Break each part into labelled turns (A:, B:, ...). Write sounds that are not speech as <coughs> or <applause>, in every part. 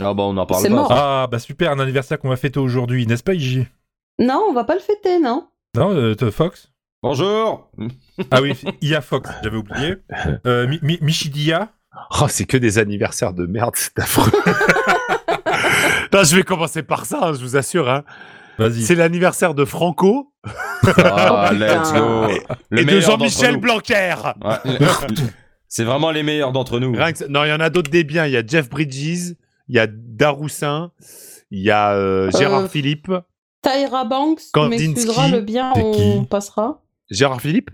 A: Ah bah on en parle
B: C'est
A: pas.
B: mort.
C: Ah, bah super, un anniversaire qu'on va fêter aujourd'hui, n'est-ce pas, Iji
B: Non, on va pas le fêter, non
C: Non, euh, t- Fox
A: Bonjour
C: Ah oui, <laughs> Ia Fox, j'avais oublié. Euh, Mi- Mi- Michidia
D: Oh, c'est que des anniversaires de merde, c'est affreux. <laughs> non, je vais commencer par ça, hein, je vous assure. hein.
C: Vas-y.
D: C'est l'anniversaire de Franco
A: Ah,
B: Oh, putain.
A: let's go Le
D: et de
A: meilleur
D: Jean-Michel
A: d'entre
D: Blanquer.
A: nous. Ouais, <laughs> le- C'est vraiment les meilleurs d'entre nous.
D: Rien que ça- Non, il y en a d'autres des biens. Il y a Jeff Bridges, il y a Daroussin, il y a euh, Gérard
B: Euh,
D: Philippe.
B: Tyra Banks, tu
D: Kandinsky,
B: m'excuseras le bien,
C: c'est
B: on
C: qui
B: passera.
D: Gérard Philippe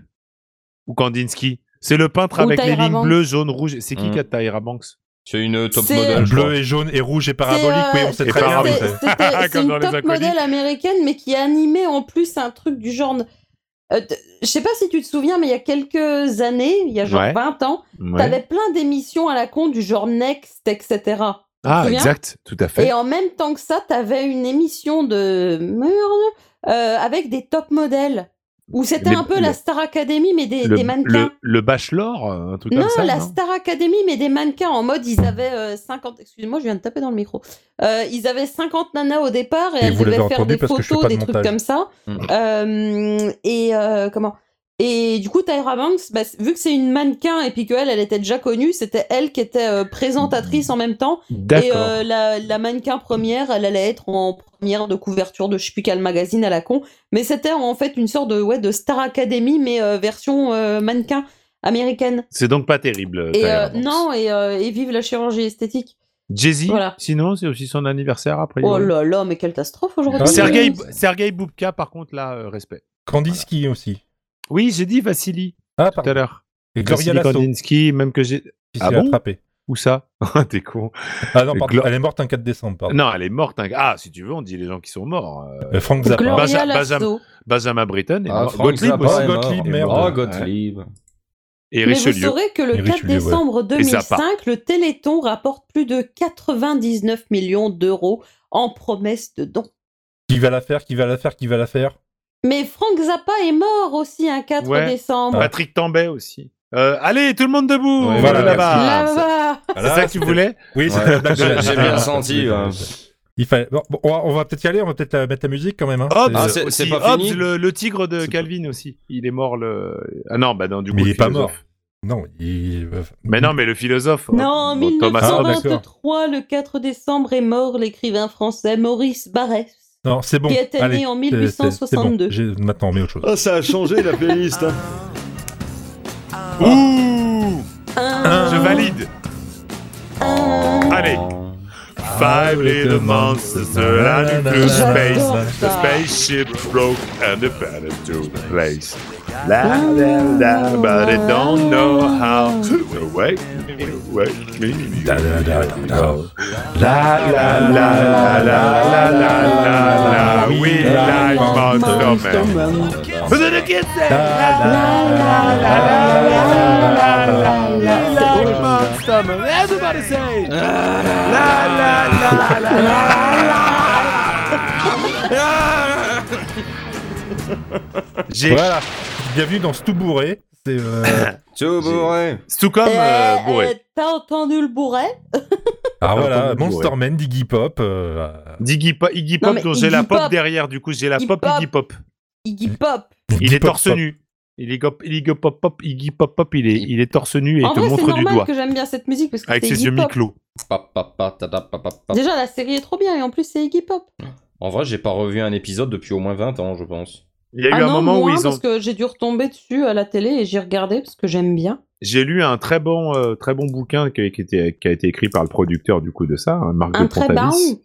D: Ou Kandinsky C'est le peintre
B: Ou
D: avec les
B: Tyra
D: lignes
B: Banks.
D: bleues, jaunes, rouges. C'est qui
A: Mm.
D: qui a Tyra Banks
A: C'est une top
B: C'est,
A: model.
B: euh,
A: je
C: Bleu
A: crois.
C: et jaune et rouge et parabolique,
B: C'est,
C: oui,
B: euh,
C: on sait
D: Et
C: très bien.
D: parabolique.
C: oui,
B: C'est-
C: c'est-
D: <laughs> Comme
B: C'était c'est
D: dans
B: une
D: les
B: top
D: inconnus.
B: modèle américaine, mais qui a animé en plus un truc du genre. Euh, t- je sais pas si tu te souviens, mais il y a quelques années, il y a genre
D: Ouais.
B: 20 ans, t'avais plein d'émissions à la con du genre Next, etc.
D: Ah,
B: souviens
D: exact, tout à fait.
B: Et en même temps que ça, t'avais une émission de merde euh, avec des top modèles où c'était
D: Les-
B: un peu
D: les-
B: la Star Academy, mais des, des mannequins.
D: le- le bachelor, euh, un truc
B: Non,
D: comme ça.
B: la
D: non
B: Star Academy, mais des mannequins en mode ils avaient euh, 50. Excusez-moi, je viens de taper dans le micro. Euh, ils avaient 50 nanas au départ et,
C: Et
B: elles
C: vous
B: devaient
C: l'avez
B: faire
C: entendu
B: des
C: parce
B: photos,
C: que je fais pas de
B: des trucs
C: montage.
B: comme ça.
A: Mm.
B: Euh, et euh, comment Et du coup, Tyra Banks, bah, vu que c'est une mannequin et puis qu'elle, elle était déjà connue, c'était elle qui était euh, présentatrice en même temps. Et
D: D'accord.
B: euh, la, la mannequin première, elle allait être en première de couverture de je sais plus quel magazine à la con. Mais c'était en fait une sorte de, ouais, de Star Academy, mais euh, version euh, mannequin américaine.
D: C'est donc pas terrible.
B: Et
D: Tyra
B: euh,
D: Banks.
B: non, et, euh, et vive la chirurgie esthétique.
D: Jay-Z,
B: Voilà.
D: sinon, c'est aussi son anniversaire après.
B: Oh là là, mais quelle catastrophe aujourd'hui.
C: Ah,
D: Bah, Sergei, Sergei Boubka, par contre, là, euh, respect.
C: Kandinsky aussi.
D: Oui, j'ai dit Vassili
C: Ah,
D: tout à
C: pardon.
D: l'heure.
C: Et Gloria
D: Vassili
C: Lasso,
D: Kandinsky, même que j'ai.
C: qui
D: Ah
C: s'est
D: bon
C: rattrapée.
D: Où ça <laughs> Oh, T'es con.
C: Ah non, pardon,
D: Glo-
C: elle est morte un 4 décembre, pardon.
D: Non, elle est morte. hein. Ah, si tu veux, on dit les gens qui sont morts. euh,
C: Euh, Frank Zappa.
D: Glo-
B: Gloria
D: Benja- Benjamin-
B: Lasso.
D: Benjamin Britten est
A: Ah,
D: mort.
A: Frank
D: Gottlieb
A: Zappa
D: aussi.
A: est mort.
C: Gottlieb, merde.
A: Oh, Gottlieb.
D: Et
B: Mais vous
D: Richelieu.
B: saurez que le
C: Et
B: 4
C: Richelieu, ouais.
B: décembre
D: Et Zappa.
B: 2005, le Téléthon rapporte plus de 99 millions d'euros en promesses de dons.
C: Qui va la faire, qui va la faire, qui va la faire
B: Mais Frank Zappa est mort aussi un 4
D: Ouais.
B: décembre.
D: Patrick Tambay aussi. Euh, allez, tout le monde debout
A: Ouais,
C: voilà,
D: là-bas. C'est-
B: Là-bas.
D: C'est ça que tu voulais
C: Oui, c'était
A: Ouais.
C: la blague de la-
A: J'ai- j'ai bien senti,
D: hein.
A: ouais.
C: Il fallait... bon, bon, on va, on va peut-être y aller, on va peut-être euh, mettre la musique quand même. Hein.
D: Hobbes,
A: Ah, c'est- c'est
D: aussi.
A: pas
D: Hobbes,
A: fini
D: le, le tigre de Calvin aussi. Il est mort le. Ah non, bah non, du coup.
C: Mais il
D: le
C: est pas
D: philosophe.
C: mort. Non, il... euh,
D: Mais non, mais le philosophe.
B: Non,
D: hein,
B: en
D: bon, Thomas Hobbes.
C: Hobbes, d'accord.
B: 1923, le 4 décembre est mort l'écrivain français Maurice Barrès,
C: Non, c'est bon.
B: qui était
C: Allez,
B: né en
C: c'est- c'est- c'est bon.
B: 1862.
C: J'ai- Maintenant, on met autre chose.
A: Ah, ça a changé la playlist. hein.
D: Ouh
B: Un,
D: Je valide.
B: un.
D: Allez.
A: Oh.
D: Five little monsters running through space.
B: J'adore
D: The
B: ça.
D: spaceship broke and the planet took place. La, la, la, but it don't know how. Wake me, wake me.
C: Da, da, da, da, da.
D: La la la la la la la la We like Monster Man. Vous allez qui c'est La la la la la la la la We like Monster Man. Everybody say La la la la la la J'ai
C: Voilà. Bienvenue dans Stou Bourré. C'est
D: <coughs>
C: euh,
A: Tchou, bourré.
D: Stucom
B: Euh, euh,
D: bourré.
B: T'as entendu le bourret
C: ah voilà,
D: entendu,
C: Monster Man, Diggy Pop. euh,
D: Diggy Pop, Iggy
B: Non,
D: Pop
B: mais
D: dont j'ai la
B: Iggy
D: pop
B: Pop.
D: derrière du coup j'ai la
B: Iggy
D: pop
B: Pop.
D: Iggy Pop.
B: Iggy Pop.
D: Il
C: Iggy
D: est
C: Pop,
D: torse
C: Pop.
D: nu. Il est, gop- il est gop- pop, pop, Iggy pop pop, il est, il est torse nu et
B: en
D: il te
B: vrai, c'est
D: montre du
B: normal
D: doigt.
B: que j'aime bien cette musique parce que
D: Avec
B: c'est
D: ses
B: Iggy
D: yeux
B: Pop.
D: mi-clos.
A: Pa, pa, pa, ta, ta, pa, pa, pa.
B: Déjà, la série est trop bien et en plus, c'est Iggy Pop.
A: En vrai, j'ai pas revu un épisode depuis au moins 20 ans, je pense.
D: Il y a
B: ah
D: eu un
B: non,
D: moment où
B: moins,
D: ils ont.
B: parce que j'ai dû retomber dessus à la télé et j'ai regardé parce que j'aime bien.
D: J'ai lu un très bon, euh, très bon bouquin qui a, qui était- qui a été écrit par le producteur du coup de ça, hein, Marc
B: Un
D: de
B: très
D: Pontalis.
B: bon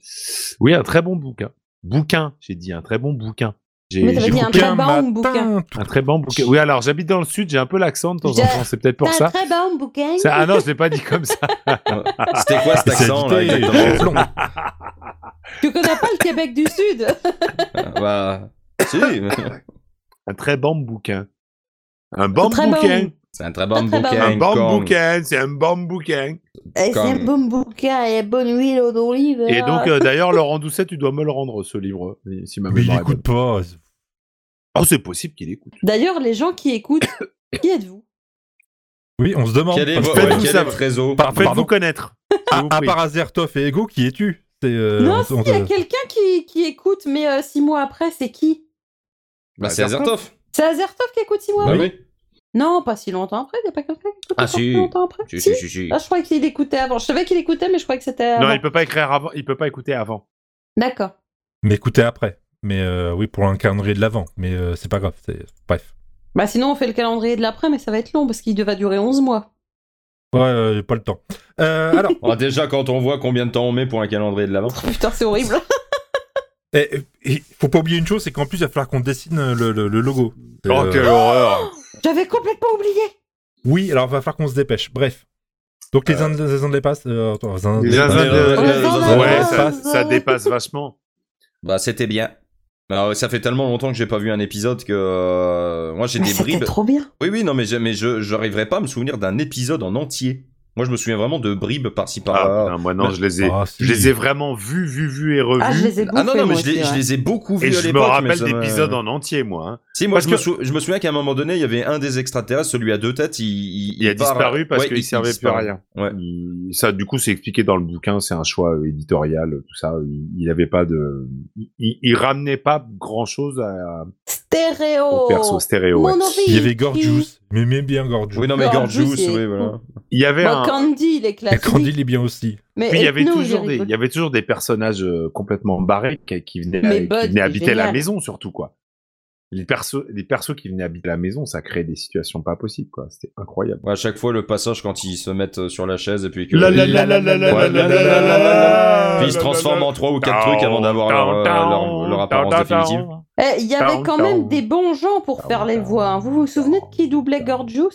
D: Oui, un très bon bouquin. Bouquin, j'ai dit un très bon bouquin. J'ai
B: Mais ça veut
D: j'ai
B: dire un
D: bouquin-
B: très bon
C: matin,
B: bouquin.
C: tout-
D: un très bon bouquin. Oui, alors j'habite dans le sud, j'ai un peu l'accent de temps en
B: J'ai-
D: temps, c'est peut-être pour
B: T'as un
D: ça.
B: très bon bouquin.
D: Ça- Ah non, je l'ai pas dit comme ça.
A: C'était quoi
D: <laughs>
A: cet
C: C'est
A: accent là
C: agité,
A: exactement
C: plomb.
B: Tu connais pas le Québec du <laughs> Sud
A: Bah, si,
D: Un très bon bouquin. Un bon
B: très bon.
D: bouquin.
A: c'est un très bon
B: Un <laughs> très bon-
A: bouquin.
D: Un bon
A: con.
D: bouquin. C'est un bon bouquin.
B: Eh, C'est
A: Comme-
B: un bon bouquin et bonne huile aux d'olive.
D: Et donc, euh, d'ailleurs, Laurent Doucet, tu dois me le rendre, ce livre, si ma
C: Mais il
D: mémoire est bonne.
C: écoute pas.
D: Oh, c'est possible qu'il écoute.
B: D'ailleurs, les gens qui
D: <coughs>
B: écoutent, qui êtes-vous
C: Oui, on se demande.
A: Quel est,
C: parce
A: vo-
C: que-
A: ouais,
D: Faites-vous
A: quel est
D: ça-
A: votre réseau
C: Par-
D: Bah, Faites-vous
C: Pardon
D: connaître. s'il vous
C: À
D: plaît.
C: part Azertov et Ego, qui es-tu C'est, euh,
B: non,
C: on-
B: si,
C: on
B: il
C: te-
B: y a quelqu'un qui, qui écoute, mais euh, six mois après, c'est qui
A: Bah, c'est Azertov.
B: C'est Azertov qui écoute six mois
A: Bah
B: après
A: oui.
B: Non, pas si longtemps après, il n'y a pas quelqu'un qui écoute
A: Ah,
B: encore
A: si.
B: plus longtemps après.
A: Si,
B: Si
A: si, si, si.
B: Ah, je croyais qu'il écoutait avant. Je savais qu'il écoutait, mais je croyais que c'était avant.
D: Non, il peut pas écrire avant, il peut pas écouter avant.
B: D'accord.
C: Mais écoutez après. Mais euh, oui, pour un calendrier de l'avant. Mais euh, c'est pas grave. c'est- Bref.
B: Bah sinon, on fait le calendrier de l'après, mais ça va être long parce qu'il va durer 11 mois. <laughs>
C: Ouais, euh, j'ai pas le temps. Euh, alors,
A: Ah, déjà, quand on voit combien de temps on met pour un calendrier de l'avant.
B: Putain, c'est horrible.
C: eh, eh, faut pas oublier une chose, c'est qu'en plus, il va falloir qu'on dessine le, le- le logo.
D: Oh,
C: Euh,
D: quelle horreur
B: <laughs> J'avais complètement oublié.
C: Oui, alors va falloir qu'on se dépêche. Bref. Donc les Indes les Indes les passent. euh, attends, les Indes
D: Les
C: les
D: zinzins
C: passent.
A: euh,
D: de-
A: euh,
B: Oh,
D: les zinzins-
A: zinzins-
D: Ouais, ça,
B: zinzins.
D: ça dépasse vachement.
A: Bah, c'était bien. Alors, Bah, ça fait tellement longtemps que j'ai pas vu un épisode que euh, moi j'ai
B: Mais
A: des
B: c'était
A: bribes.
B: trop bien.
A: Oui, oui, non, mais, j'ai- mais je j'arriverai pas à me souvenir d'un épisode en entier. Moi, je me souviens vraiment de bribes par-ci
D: Ah,
A: par-là.
D: putain, moi non, je les ai,
A: bah,
C: Ah, si.
D: je les ai vraiment vus, vus, vus et revus.
B: Ah, je les ai bouffés.
A: Ah, non, non, mais
B: moi
A: je les,
B: aussi,
A: je
B: ouais.
A: les ai beaucoup vus
D: Et
A: à
D: je
A: l'époque.
D: me
A: mais
D: rappelle
A: ça me-
D: d'épisodes en entier, moi. hein.
A: Si, moi,
C: Parce
A: je, me
C: que-
A: sou- je me souviens qu'à un moment donné, il y avait un des extraterrestres, celui à deux têtes, il, il,
D: Il a
A: part-
D: disparu parce
A: Ouais,
D: qu'il servait plus à
A: disparaît.
D: rien.
A: Ouais.
D: Il- Ça, du coup, c'est expliqué dans le bouquin. C'est un choix euh, éditorial, tout ça. Il- Il n'avait pas de, il- il, il ramenait pas grand chose à, au
B: Stéréo.
D: perso stéréo. ouais.
B: Oh, Mon envie.
C: Il y avait Gorgeous. Mais mais bien Gorgeous.
A: Oui, non, mais
B: Gorgeous,
A: Gorgeous,
B: il est
A: oui, voilà.
D: Il y avait
B: Bon,
D: un,
B: Candy, il est
C: Et
B: classique.
C: Candy, il est bien aussi.
B: mais
D: Puis il y avait
B: Ethno,
D: toujours
B: est
D: des, il
B: rigolo.
D: y avait toujours des personnages euh, complètement barrés qui, qui venaient,
B: Mais
D: qui
B: Bud, il
D: venaient
B: est
D: habiter la
B: génial.
D: maison surtout quoi. Les persos, les persos qui venaient habiter la maison, ça créait des situations pas possibles quoi. C'était incroyable.
A: Ouais, à chaque fois, le passage quand ils se mettent euh, sur la chaise et puis que.
C: la, la, la, la, la,
D: Ah,
A: Puis ils se transforment en trois ou quatre
D: Taon,
A: trucs avant d'avoir leur, euh,
D: taon,
A: leur, leur
D: taon,
A: apparence
D: taon,
A: définitive.
D: taon.
B: Eh, il y avait
D: Taon,
B: quand
D: taon.
B: même des bons gens pour
D: Taon,
B: faire les
D: taon,
B: voix. hein. Vous vous souvenez de qui
D: taon,
B: doublait
D: taon.
B: Gorgeous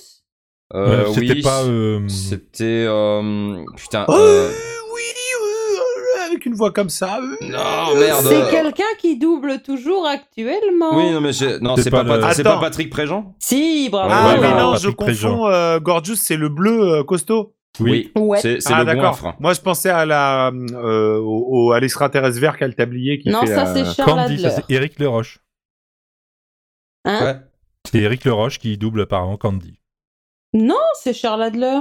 A: Euh,
C: Euh,
A: oui,
C: C'était pas. euh,
A: C'était. euh, Putain.
D: Oh,
A: euh,
D: oui, euh, avec une voix comme ça. euh.
A: Non, merde.
B: C'est quelqu'un qui double toujours actuellement.
A: Oui, non, mais j'ai- non,
C: C'est
A: c'est pas,
C: pas le-
A: Pat- c'est pas
D: Attends.
A: Patrick Préjean
B: Si, bravo.
D: Ah
A: Ouais,
D: mais
A: ouais,
D: non,
C: Patrick
D: je
C: Préjean.
D: confonds. euh, Gorgeous, c'est le bleu euh, costaud.
C: Oui.
B: Ouais.
A: C'est c'est
D: ah
A: le bon
D: d'accord.
A: affront.
D: Moi, je pensais à la, euh, au, au- à l'extraterrestre vert qui a le tablier qui
B: Non,
D: fait.
B: ça
D: euh,
B: c'est Charles
C: Candy,
B: Adler.
C: ça c'est Eric Leroche.
B: Hein
A: Ouais.
C: C'est Eric Leroche qui double apparemment Candy.
B: Non, c'est Charles Adler.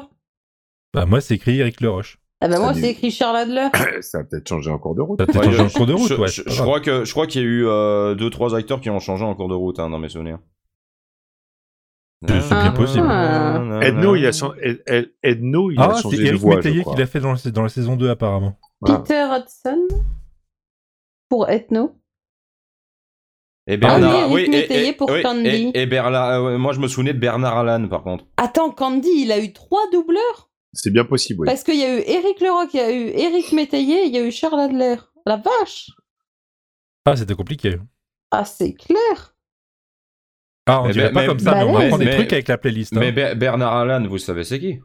C: Bah moi, c'est écrit Eric Leroche.
B: Ah bah
D: Ça
B: moi
D: dit-
B: c'est écrit Charles Adler.
D: ça a peut-être changé en cours de route.
C: T'as peut-être
A: Ouais,
C: changé
A: je-
C: en cours de route,
A: Je,
C: ouais.
A: je-
C: c'est pas
A: je
C: grave.
A: crois que je crois qu'il y a eu euh, deux trois acteurs qui ont changé en cours de route hein, dans mes souvenirs.
C: C'est- c'est
B: bien
C: possible.
B: Ah.
A: Ah,
D: Edno, il a, chan- Ed- Ed- Edno, il a
C: Ah, c'est
D: changé de
C: Eric
D: voix.
C: Métayer
D: je
C: qui
D: crois.
C: l'a fait dans la, dans la saison 2, apparemment.
D: Ah.
B: Peter Hudson pour Ethno.
A: Et Bernard,
B: Ah oui, Eric
A: et-
B: Métayer
A: et-
B: pour
A: oui,
B: Candy.
A: Et, et Bernard, euh, ouais, moi je me souvenais de Bernard Allan par contre.
B: Attends, Candy, il a eu trois doubleurs
D: C'est bien possible. oui.
B: Parce qu'il y a eu Eric Leroy, il y a eu Eric Métayer, il y a eu Charles Adler. La vache
C: Ah, c'était compliqué.
B: Ah, c'est clair
C: Ah, on
A: Mais-
C: dirait
A: mais-
C: pas
A: mais-
C: comme ça, mais on
B: balèze.
C: apprend des
A: Mais-
C: trucs avec la playlist. hein.
A: Mais Ber- Bernard Allan, vous savez c'est qui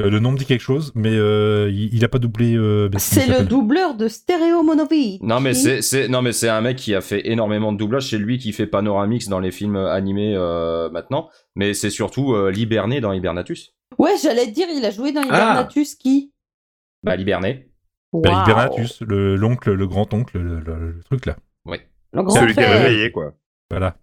C: Euh, le nom me dit quelque chose, mais euh, il, il a pas doublé. euh, Bessie,
B: C'est
C: il
B: le
C: s'appelle.
B: doubleur de Stereo Monovic.
A: Non mais c'est c'est- non mais c'est un mec qui a fait énormément de doublages. C'est lui qui fait Panoramix dans les films animés euh, maintenant, mais c'est surtout euh, Liberné dans Hibernatus.
B: Ouais, j'allais te dire, il a
D: Ah.
B: joué dans Hibernatus qui
A: Bah Liberné.
C: Bah,
B: Waouh.
C: Hibernatus, le- l'oncle, le grand-oncle, le, le- le truc là.
B: Le
D: Celui qui est
B: grand-père.
D: réveillé, quoi.
C: Voilà.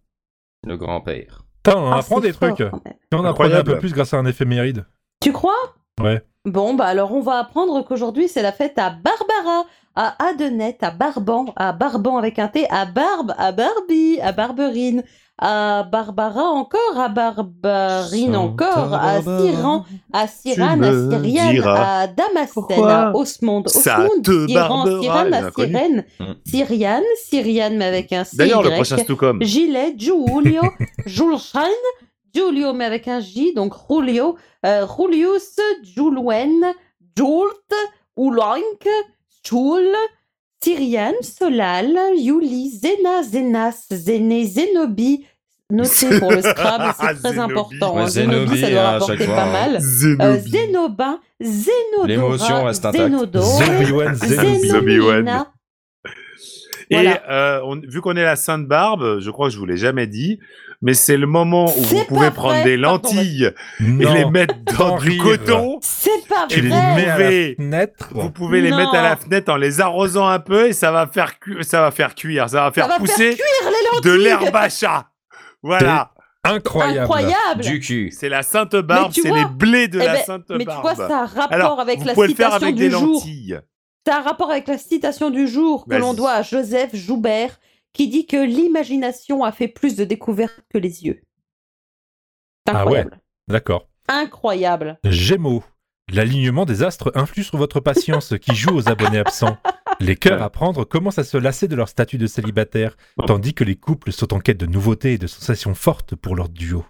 A: Le grand-père.
C: Putain, on
B: Ah,
C: apprend
B: c'est
C: des
B: fort,
C: trucs. Et
B: quand même.
C: on apprenait un
D: Incroyable.
C: peu plus grâce à un éphéméride.
B: Tu crois
C: Ouais.
B: Bon, bah alors on va apprendre qu'aujourd'hui c'est la fête à Barbara, à Adenette, à Barban, à Barban avec un T, à Barbe, à Barbie, à Barberine, à Barbara encore, à Barbarine
A: Santa
B: Euh, encore, ah, à
A: Barbara.
B: Siran, à Cyrane, à
D: me
B: Cyriane,
D: diras
B: à Damascène,
D: pourquoi
B: à Osmonde,
D: ça
B: Osmonde,
D: te
B: Cyran,
D: barbera,
B: Cyrane,
D: les
B: à
D: inconnus.
B: Cyrène,
A: Mm.
B: Cyriane, Cyriane mais avec un C,
D: D'ailleurs, le
B: Y.
D: prochain Stucom.
B: Gilet, Giulio, Julshan, Giulio, mais avec un J, donc Julio, euh, Julius, Julwen, Jult, Ulank, Chul, Syrian, Solal, Yuli, Zena, Zenas, Zéné, Zénobi. Notez pour le Scrabble, c'est très
D: Zénobi.
B: important.
A: Ouais,
B: hein.
A: Zénobi,
B: ça doit
A: à
B: rapporter
A: chaque fois,
B: pas
A: hein.
B: mal. Euh,
D: Zénobi.
B: Zénobin, Zénodora,
A: L'émotion reste intacte.
B: Zénodore,
C: Zobiwan
B: Ah,
C: Zenobi.
D: Zenobi.
B: Zénomina.
D: Et
B: Voilà.
D: euh, on- vu qu'on est la Sainte Barbe, je crois que je vous l'ai jamais dit, mais c'est le moment où
B: C'est
D: vous pouvez
B: pas
D: prendre
B: vrai.
D: des
B: Pardon,
D: lentilles et
C: Non,
D: les
B: <laughs>
D: mettre dans
C: Sans
D: du
C: rire.
D: coton.
B: C'est pas
C: tu les
B: vrai.
C: mets à la
D: Mauvais.
C: fenêtre.
D: Vous pouvez les
B: Non.
D: mettre à la fenêtre en les arrosant un peu et ça va faire, cu- ça va faire cuire, ça va faire
B: va faire
D: pousser
B: cuire les
D: de
B: lentilles.
D: l'herbe à chat. Voilà.
C: Incroyable.
B: Incroyable.
A: du cul.
D: C'est la Sainte Barbe,
B: Mais tu
D: c'est
B: vois-
D: les blés de
B: Eh
D: la
B: ben,
D: Sainte Barbe.
B: mais tu vois, ça a un rapport
D: Bah, Alors,
B: avec
D: vous
B: la
D: pouvez le faire
B: citation
D: avec
B: du
D: des
B: jour.
D: lentilles. Bah,
B: Ça a un rapport avec la citation du jour que
D: Vas-y.
B: l'on doit à Joseph Joubert, qui dit que l'imagination a fait plus de découvertes que les yeux. C'est
C: Ah
B: Incroyable.
C: D'accord.
B: Incroyable.
C: Gémeaux. L'alignement des astres influe sur votre patience qui joue aux abonnés absents. Les cœurs à prendre commencent à se lasser de leur statut de célibataire, tandis que les couples sont en quête de nouveautés et de sensations fortes pour leur duo.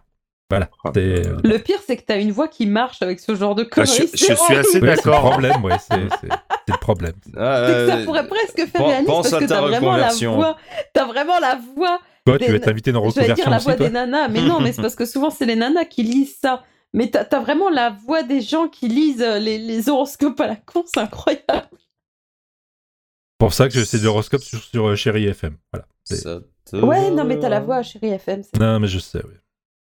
C: Voilà. C'est euh,
B: Le pire, c'est que t'as une voix qui marche avec ce genre de
D: Bah, je-
B: conneries. c'est
D: je suis
B: horrible.
D: assez
C: c'est le
D: D'accord.
C: problème, ouais. C'est c'est- c'est le problème.
A: Ah,
B: C'est que ça
A: euh,
B: pourrait presque faire
A: pen-
B: réaliste
A: pense
B: parce
A: à
B: que
A: ta
B: t'as vraiment la
A: reconversion.
B: voix, t'as vraiment la voix,
C: Toi, tu
B: Des-
C: vas être invité dans
B: je vais dire
C: reconversion
B: la
C: aussi,
B: voix
C: toi
B: des nanas, mais non, mais c'est parce que souvent c'est les nanas qui lisent ça. Mais t'as t'as vraiment la voix des gens qui lisent euh, les, les horoscopes à la con, c'est incroyable.
C: Pour ça que je sais l'horoscope sur, sur euh, Chéri FM. Voilà.
A: ça te-
B: Ouais, non, mais t'as la voix, chérie FM. c'est-
C: Non, mais je sais, oui.